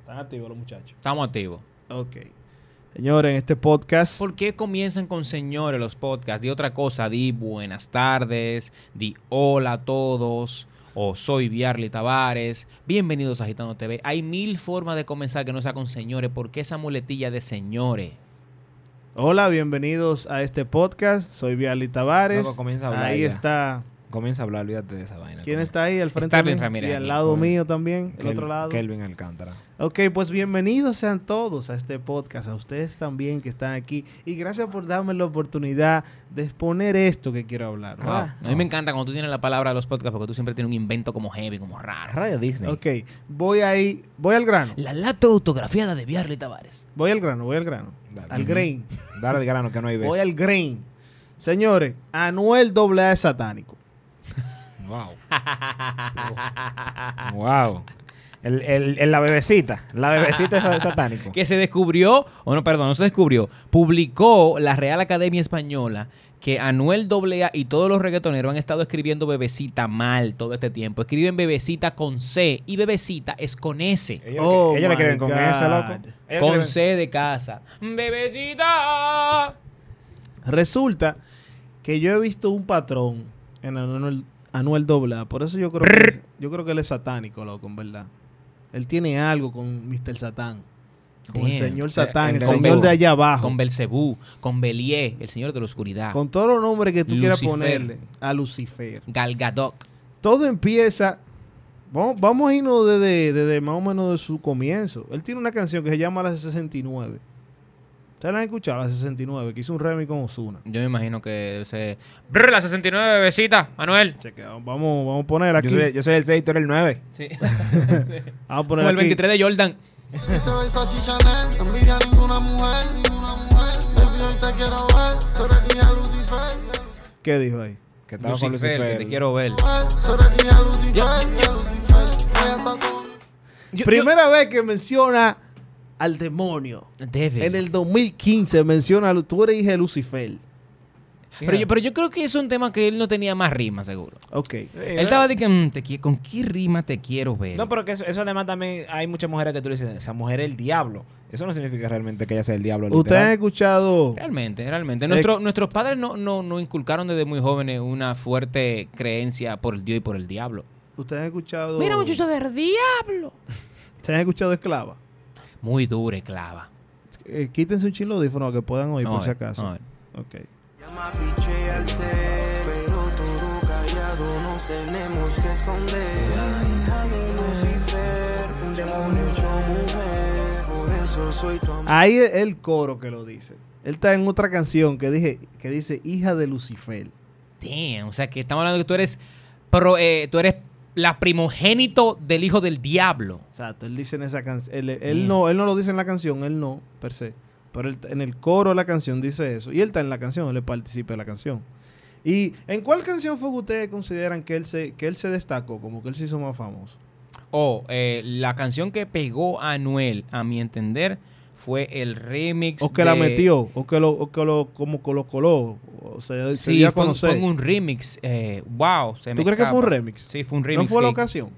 Están activos los muchachos. Estamos activos. Ok. Señores, en este podcast. ¿Por qué comienzan con señores los podcasts? Di otra cosa, di buenas tardes, di hola a todos, o soy Viarli Tavares, bienvenidos a Gitano TV. Hay mil formas de comenzar que no sea con señores. ¿Por qué esa muletilla de señores? Hola, bienvenidos a este podcast. Soy Viarli Tavares. Loco, comienza a hablar ahí ya. está. Comienza a hablar, olvídate de esa vaina. ¿Quién está ahí? Al frente Starling mío? Ramírez Y al aquí. lado Bueno. mío también. El Kel- otro lado. Kelvin Alcántara. Ok, pues bienvenidos sean todos a este podcast, a ustedes también que están aquí. Y gracias por darme la oportunidad de exponer esto que quiero hablar. Wow. Ah, ¿va? A mí me encanta cuando tú tienes la palabra de los podcasts porque tú siempre tienes un invento como heavy, como raro. Radio Disney. Ok, voy ahí, voy al grano, La lata autografiada de Viarli Tavares. voy al grano, voy al grano. Dale. Al Ujú. grain, Dale al grano que no hay beso. voy al grain. Señores, Anuel AA es satánico. Wow. wow. El, el- el- la bebecita. La bebecita es satánico. que se descubrió, o no, perdón, no se descubrió, publicó la Real Academia Española que Anuel AA y todos los reggaetoneros han estado escribiendo bebecita mal todo este tiempo. Escriben bebecita con C y bebecita es con S. Ellos, Oh ellos my le creen con eso, God. loco. Ellos le Con creen- C de casa. ¡Bebecita! Resulta que yo he visto un patrón en Anuel, Anuel AA. Por eso yo creo, que, yo creo que él es satánico, loco, en verdad. Él tiene algo con Mr. Satán. Con el Damn. señor Satán, El el de señor Belzebú. de allá abajo. Eh, Con Con, Belcebú, con Belié, el señor de la oscuridad. Con todos los nombres que tú quieras Lucifer. ponerle a Lucifer. Galgadoc. Todo empieza. Vamos, vamos a irnos desde, desde más o menos de su comienzo. Él tiene una canción que se llama La 69. ¿Ustedes la han escuchado? La 69, que hizo un remix con Ozuna. Yo me imagino que se... Brr, la 69 bebecita, Anuel. Chequea, Vamos, vamos a poner aquí. Yo soy, yo soy el 6 y tú eres el 9. Sí. Vamos a poner Como el aquí. 23 de Jordan. Te ves a Chanel, no envidia a ninguna mujer, ninguna mujer. Baby, hoy te quiero ver, tú eres hija de Lucifer. ¿Qué dijo ahí? Que estaba Lucifer, con Lucifer. que te quiero ver. eh, Tú eres hija de Lucifer, hija de Lucifer. Ella está todo- Yo- Primera vez que menciona al demonio. yo- Debe. En el 2015 menciona, a- tú eres hija de Lucifer. Pero yo, pero yo creo que es un tema que él no tenía más rima, seguro. Ok. Sí, Él ¿no? estaba de que, mm, te qui- ¿con qué rima te quiero ver? No, pero que eso, eso además también hay muchas mujeres que tú le dices, esa mujer es el diablo. Eso no significa realmente que ella sea el diablo. ¿Ustedes han literal. escuchado? Realmente, realmente. Eh, Nuestro- nuestros padres no, no, no inculcaron desde muy jóvenes una fuerte creencia por el Dios y por el diablo. ¿Ustedes han escuchado? Mira, muchacho del diablo. ¿Ustedes han escuchado esclava? Muy dura, y clava. Eh, quítense un chilo de audífono que puedan oír No, por si eh, acaso. no, eh. Ok. Llama piche al ser, pero todo callado nos tenemos que esconder. Hija de Lucifer, un demonio hecho mujer, por eso soy tu amor. Ahí es el coro que lo dice. Él está en otra canción que dije que dice hija de Lucifer. Damn, o sea que estamos hablando que tú eres, pro- eh, tú eres la primogénito del hijo del diablo. Exacto, él dice en esa canción. Él, él Bien. no, él no lo dice en la canción, él no, per se. Pero él t- en el coro de la canción dice eso. Y él está en la canción, él le participa de la canción. ¿Y en cuál canción fue que ustedes consideran que él se, que él se destacó? Como que él se hizo más famoso. O eh, la canción que pegó a Anuel, a mi entender, fue el remix. O que la de- metió, o que lo, o que lo, como que lo coló. O se, se Eh, Sí, dio a fue, un- conocer. fue un remix. eh, wow. se me ¿Tú crees que fue un escapa. remix? Sí, fue un remix. no fue la que- ocasión.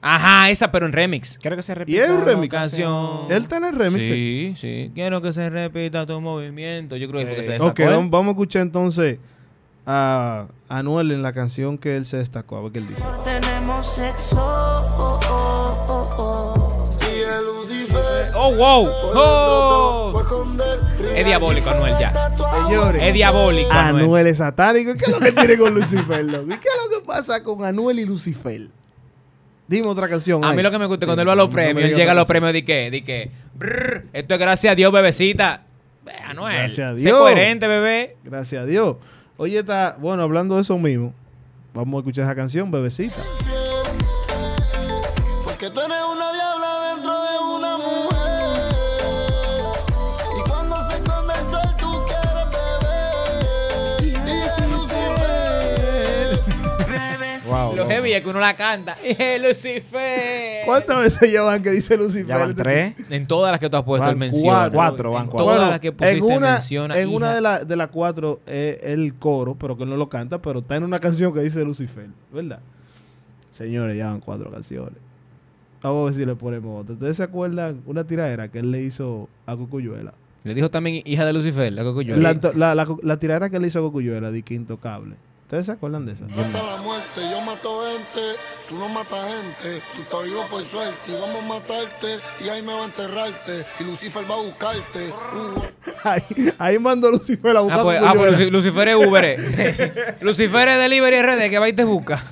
Ajá, esa, pero en remix. Creo que se Y es un repitió remix. la Canción. Él está en el remix. eh. Sí, sí. Quiero que se repita tu movimiento. Yo creo que fue que Sí. se destacó Ok, ¿eh? él. vamos, vamos a escuchar entonces a Anuel en la canción que él se destacó. A ver qué él dice. Tenemos sexo, oh, oh, oh, oh. Y el Lucifer, Oh, wow. por Oh. dentro te voy a esconder. Ríe diabólico, Lucifer, Anuel, ya. tatuado. Señores. Es diabólico. Anuel. Anuel es satánico. ¿Qué es lo que tiene con Lucifer, loco? ¿Y qué es lo que pasa con Anuel y Lucifer? Dime otra canción. A mí ahí. lo que me gusta cuando Sí, él va a los no me premios, él digas llega a los otra canción. premios de que, de que, brr, esto es gracias a Dios, bebecita. Eh, Anuel, Gracias a sé Dios. coherente, bebé. Gracias a Dios. Oye, está, bueno, hablando de eso mismo, vamos a escuchar esa canción, bebecita. Porque tú eres una diabla dentro de una mujer. Y cuando se esconde el sol, tú quieres beber. Y el Lucifer. Bebes. canción. Wow. Lo loco. heavy es que uno la canta. Eh, Lucifer. ¿Cuántas veces ya van que dice Lucifer? Ya van tres. En todas las que Pues tú has puesto, Van él menciona. cuatro, cuatro, En van cuatro. Todas Bueno, las que pusiste, en una, menciona. en una hija. de, la- de las cuatro es el coro, pero que él no lo canta, pero está en una canción que dice Lucifer, ¿verdad? Señores, ya van cuatro canciones. vamos a ver si le ponemos otro. ¿Ustedes se acuerdan una tiradera que él le hizo a Cocuyuela? Le dijo también hija de Lucifer, la Ah, cocuyuela. La, to- la, la, la tiradera que le hizo a Cocuyuela de que intocable. ¿Ustedes se acuerdan de esa? Hasta la muerte, yo mato gente, tú no matas gente, tú estás vivo por suerte, y vamos a matarte, y ahí me va a enterrarte, y Lucifer va a buscarte. Uh, Ahí, ahí mandó Lucifer a buscar Ah, pues, a ah, pues Cocuyuela. Luci- Lucifer es Uber. eh. Lucifer es Delivery RD que va y te busca.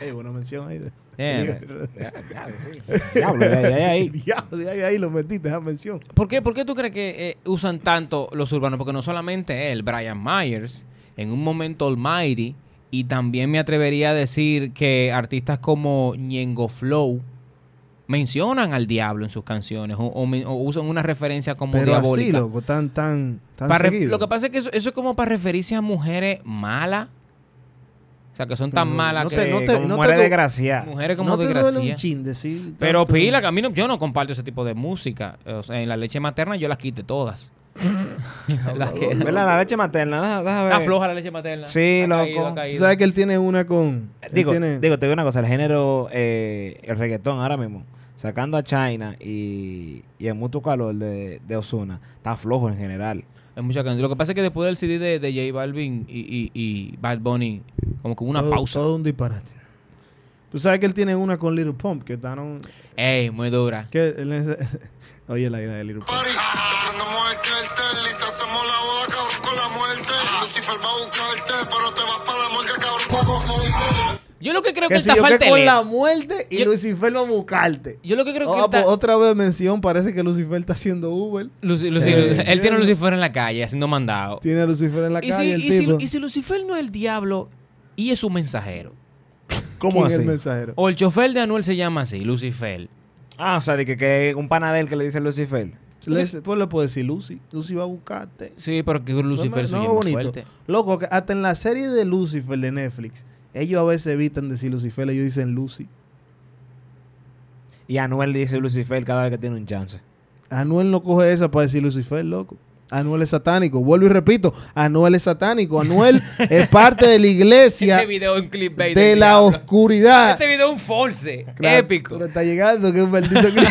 Ey, buena mención ahí. de- Bien. Diablo, de ahí, de ahí. Diablo, de ahí, ahí lo metiste, esa mención. ¿Por qué, por qué tú crees que eh, usan tanto los urbanos? Porque no solamente él, Brian Myers, en un momento Almighty, y también me atrevería a decir que artistas como Ñengo Flow mencionan al diablo en sus canciones o, o men- o usan una referencia como Pero así, diabólica. loco, tan, tan, tan Para ref- seguido. lo que pasa es que eso, eso es como para referirse a mujeres malas. O sea, que son tan No, malas no que... te- no Eh, te- como no muere te- desgraciada. Mujeres como no te duele desgraciadas. un chin decir Pero tanto- pila, que a mí no, yo no comparto ese tipo de música. O sea, en la leche materna yo las quité todas. las que, ¿Verdad? La leche materna, deja, deja ver. Está floja la leche materna. Sí, Ha loco. caído, ha Tú Tú caído. sabes que él tiene una con... él Eh, Digo, tiene- digo, te digo una cosa, el género, eh, el reggaetón ahora mismo, sacando a China y, y el mutuo calor de, de Osuna, está flojo en general. Hay mucha canción. Lo que pasa es que después del CD de, de J Balvin y, y, y Bad Bunny, como que hubo una todo- pausa. Todo un disparate. Tú sabes que él tiene una con Little Pump, que estaron... Ey, muy dura. Que él es- oye, la idea de Little Pump. party, te prendemos el cartel, y te hacemos la boda, cabrón, con la muerte. Lucifer va a buscarte, pero te vas para la muerte, cabrón, poco fuerte. Yo lo que creo Que que, él si está yo falta que con de la letra. muerte y Yo- Lucifer va a buscarte. Yo lo que creo que Oh, él está... pues, otra vez mención, parece que Lucifer está haciendo Uber. Luci- Luci- Sí. Él tiene a Lucifer en la calle haciendo mandado. Tiene a Lucifer en la Y si, calle y el si- tipo. y si Lucifer no es el diablo y es su mensajero. ¿Quién es el mensajero? O el chofer de Anuel se llama así, Lucifer. Ah, o sea, de que, que un panadel que le dice Lucifer. Le, pues le puedo decir Lucy. Lucy va a buscarte. Sí, pero que Lucifer No, se no, llama bonito. fuerte. Loco, que hasta en la serie de Lucifer de Netflix, ellos a veces evitan decir Lucifer, ellos dicen Lucy. Y Anuel dice Lucifer cada vez que tiene un chance. Anuel no coge esa para decir Lucifer, loco. Anuel es satánico. Vuelvo y repito, Anuel es satánico. Anuel es parte de la iglesia Este video es un clickbait. ah, de del la diablo. oscuridad. Este video es un force. Claro, épico. Pero está llegando, que es un maldito clip.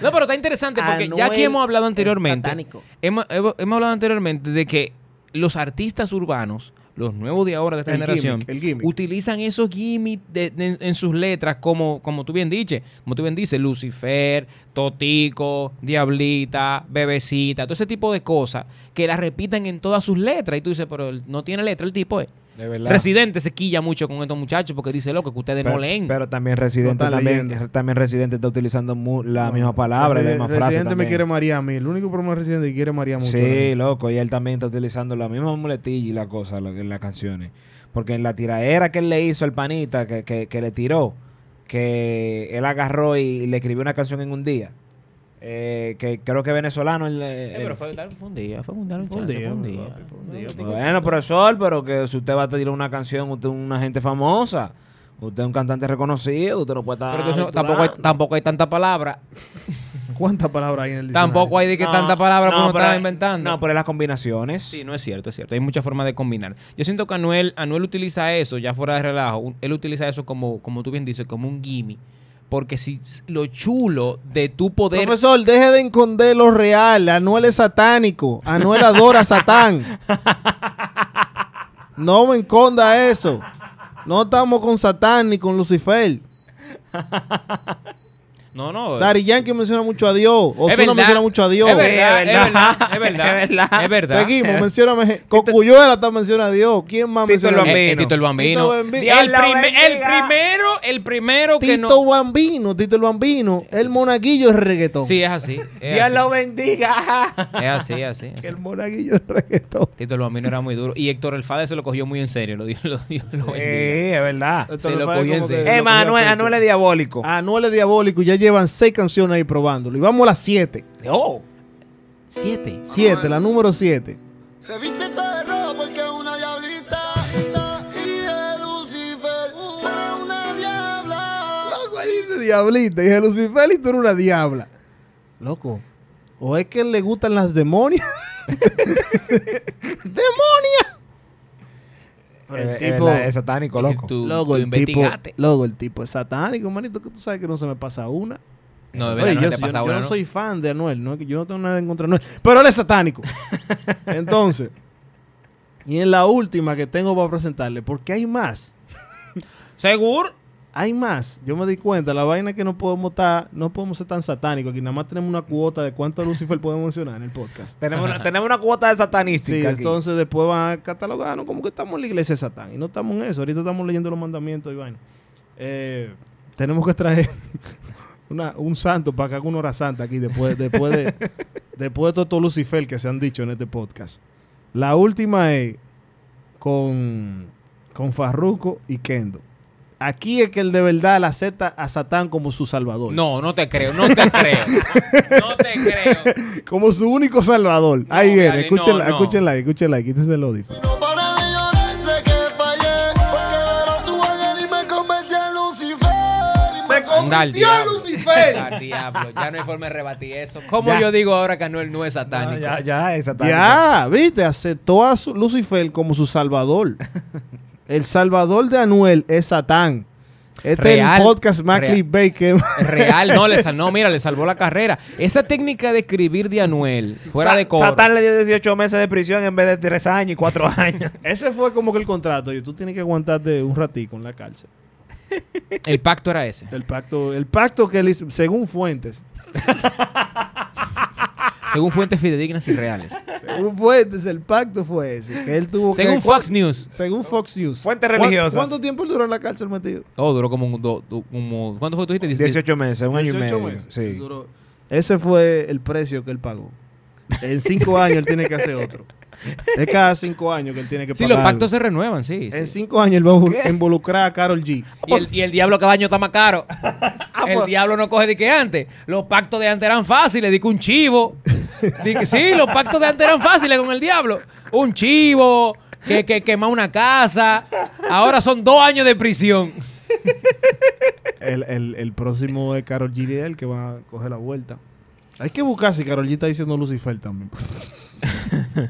No, pero está interesante porque ya Anuel aquí hemos hablado Ah, es anteriormente. satánico. Hemos, hemos- hemos hablado anteriormente de que los artistas urbanos, los nuevos de ahora de esta El generación, gimmick, el gimmick. utilizan esos gimmicks de- de- en sus letras como, como tú bien dices, como tú bien dices, Lucifer, Totico, Diablita, Bebecita, todo ese tipo de cosas que las repitan en todas sus letras y tú dices, pero él no tiene letra el tipo, eh. De verdad. Residente se quilla mucho con estos muchachos porque dice loco que ustedes pero, no leen. pero también No Residente está también, leyendo. también Residente está utilizando mu- la misma palabra, la Re- misma frase. Residente me también. quiere María a mí. El único problema de Residente es que quiere María mucho. Sí, loco, y él también está utilizando la misma muletilla y la cosa lo- en las canciones. Porque en la tiraera que él le hizo al panita, que, que- que le tiró, que él agarró y le escribió una canción en un día, eh, que creo que venezolano. él- Eh, él- pero fue, fue un día, fue un día, Fue un muchacho, día, fue un papi, día. fue un día, No, papi. bueno, profesor, pero que si usted va a tirar una canción, usted es una gente famosa, usted es un cantante reconocido, usted no puede estar. Pero que eso- tampoco, hay, tampoco hay tanta palabra. ¿Cuántas palabras hay en el diccionario? Tampoco hay de que tanta palabra como pero- estaba inventando. No, pero las combinaciones. Sí, no es cierto, es cierto. Hay muchas formas de combinar. Yo siento que Anuel, Anuel utiliza eso, ya fuera de relajo, un- él utiliza eso como, como tú bien dices, como un gimme. Porque si lo chulo de tu poder... Profesor, deje de esconder lo real. Anuel es satánico. Anuel adora a Satán. No me esconda eso. No estamos con Satán ni con Lucifer. No, no. Dari Yankee menciona mucho a Dios. es Ozuna verdad. menciona mucho a Dios. Es verdad, Sí, es verdad, es es verdad. verdad, es verdad. Es verdad. Seguimos, menciona Cocuyuela también menciona a Dios. ¿Quién más Tito el menciona a Dios? Eh, eh, Tito el Bambino. Tito Bambi- El, Dios lo prime- el bendiga. primero, el primero que Tito no... Bambino, Tito el Bambino. El monaguillo es reggaetón. Sí, es así. Es Dios así. lo bendiga. Es así, es así. es El así. monaguillo es reggaetón. Tito el Bambino era muy duro. Y Héctor El Fader se lo cogió muy en serio. Lo dio, lo dio- lo Sí, bendiga. es verdad. Se lo cogió en serio. Eh, man, Anuel, Anuel es diabólico. Anuel Ah, es diabólico y ya llevan seis canciones ahí probándolo. Y vamos a las siete. Oh. Siete. Siete, la número siete. Se viste todo de rojo porque es una diablita. Y es Lucifer, pero es una diabla. Loco, ahí dice diablita. Y dije, Lucifer, y tú eres una diabla. Loco. O es que le gustan las demonias. ¡Demonia! Pero el Eh, Es- es tipo- verdad, es satánico, loco. Tú- Loco, tú el tipo, investigate. loco, el tipo es satánico, manito, que tú sabes que no se me pasa una. No, de verdad, Oye, no yo, te yo- pasa yo una, no ¿no? soy fan de Anuel, ¿no? yo no tengo nada en contra de Anuel, pero él es satánico. Entonces, y en la última que tengo para presentarle, porque hay más, ¿Seguro? hay más. Yo me di cuenta, la vaina es que no podemos estar, no podemos ser tan satánicos, aquí nada más tenemos una cuota de cuánto Lucifer podemos mencionar en el podcast. Tenemos una, tenemos una cuota de Sí, satanística. aquí. entonces después van a catalogarnos como que estamos en la iglesia de Satán. Y no estamos en eso. Ahorita estamos leyendo los mandamientos y vaina. Eh, tenemos que traer una- un santo para que haga una hora santa aquí después, después de después de todo, todo Lucifer que se han dicho en este podcast. La última es con, con Farruco y Kendo. Aquí es que el de verdad la acepta a Satán como su salvador. No, no te creo, no te creo. No te creo. Como su único salvador. Ahí No, viene. dale, no, escúchenla, no. escúchenla, ahí, escúchenla. ahí, Quítense el audífono. No para de llorar, sé que fallé. Porque era su ángel y me convertí en Lucifer. Y me Anda al convertí en diablo. Lucifer. Anda al diablo. Ya no hay forma de rebatir eso. ¿Cómo Ya. yo digo ahora que Anuel no es No, satánico? ya, ya, es satánico. Ya, viste, aceptó a su- Lucifer como su salvador. El salvador de Anuel es Satán. Este es Real, el podcast más real. clickbait que- Real, no, le sal- no, mira, le salvó la carrera. Esa técnica de escribir de Anuel, fuera Sa- de cobro. Satán le dio 18 meses de prisión en vez de 3 años y 4 años. Ese fue como que el contrato. Y tú tienes que aguantarte un ratico en la cárcel. El pacto era ese. El pacto, el pacto que él hizo, según fuentes, Según fuentes fidedignas y reales. según fuentes, el pacto fue ese. Que él tuvo que- Según Fox News. Según Fox News. Fuentes ¿Cuán- religiosas. ¿Cuánto tiempo él duró en la cárcel, metido? Oh, duró como un... do- du- como- ¿Cuánto fue tú dijiste? 18 meses, un año y 18 medio. meses. Sí. Duró. Ese fue el precio que él pagó. En cinco años él tiene que hacer otro. Es cada cinco años que él tiene que Sí, pagar. los pactos algo. se renuevan, sí. sí. En cinco años él va a bu- involucrar a Carol G. Y el, y el diablo cada año está más caro. Ah, pues. el diablo no coge de que antes. Los pactos de antes eran fáciles, di que un chivo. Di que- sí, los pactos de antes eran fáciles con el diablo. Un chivo, que, que quemar una casa. Ahora son dos años de prisión. El, el- el próximo es Carol G de él que va a coger la vuelta. Hay que buscar si Carol G está diciendo Lucifer también. pues.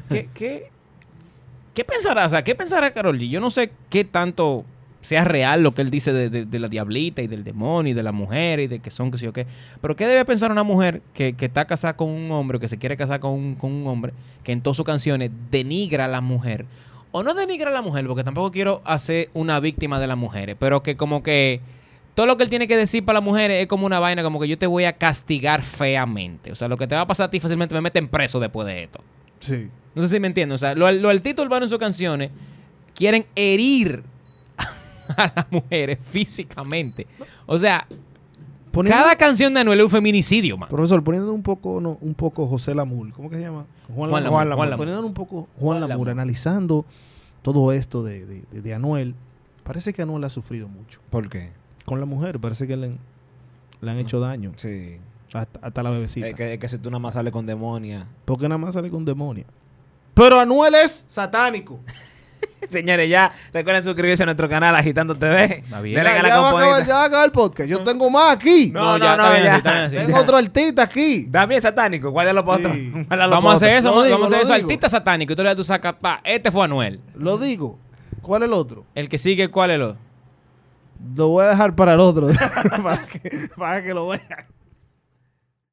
¿Qué, qué, qué pensará? O sea, ¿qué pensará Carol G? Yo no sé qué tanto sea real lo que él dice de, de- de la diablita y del demonio y de la mujer y de que son que sé yo qué. Pero ¿qué debe pensar una mujer que, que está casada con un hombre o que se quiere casar con un, con un hombre que en todas sus canciones denigra a la mujer? O no denigra a la mujer, porque tampoco quiero hacer una víctima de las mujeres, pero que como que todo lo que él tiene que decir para las mujeres es como una vaina, como que yo te voy a castigar feamente. O sea, lo que te va a pasar a ti fácilmente me meten preso después de esto. Sí. No sé si me entienden. O sea, lo, lo altito urbano en sus canciones quieren herir a las mujeres físicamente. O sea, Poniendo- cada canción de Anuel es un feminicidio, man. Profesor, poniéndole un poco, no, un poco José Lamur. ¿Cómo que se llama? Juan Lamur. Lamur, Juan Lamur. Poniéndole un poco Juan, Juan Lamur, Lamur. analizando todo esto de, de- de- de Anuel. Parece que Anuel ha sufrido mucho. ¿Por qué? Con la mujer, parece que le, le han hecho daño. Sí. Hasta, hasta la bebecita. Es que, es que si tú nada más sales con demonia. Porque nada más sale con demonio. Pero Anuel es satánico. Señores, ya recuerden suscribirse a nuestro canal Agitando TV. Está bien. Denle a la ya, va a acabar, campanita. ya va a acabar el podcast. Yo tengo más aquí. No, ya, no, está no, bien ya. así, está bien así. tengo otro artista aquí. También satánico, guárdalo para otro. Sí. Guárdalo Vamos para a hacer otro. eso, Lo vamos, digo, vamos a hacer lo eso. digo. Artista satánico. Y tú le das tu sacas, pa, este fue Anuel. Lo digo. ¿Cuál es el otro? El que sigue, ¿cuál es el otro? Lo voy a dejar para el otro. para, que, para que lo vean.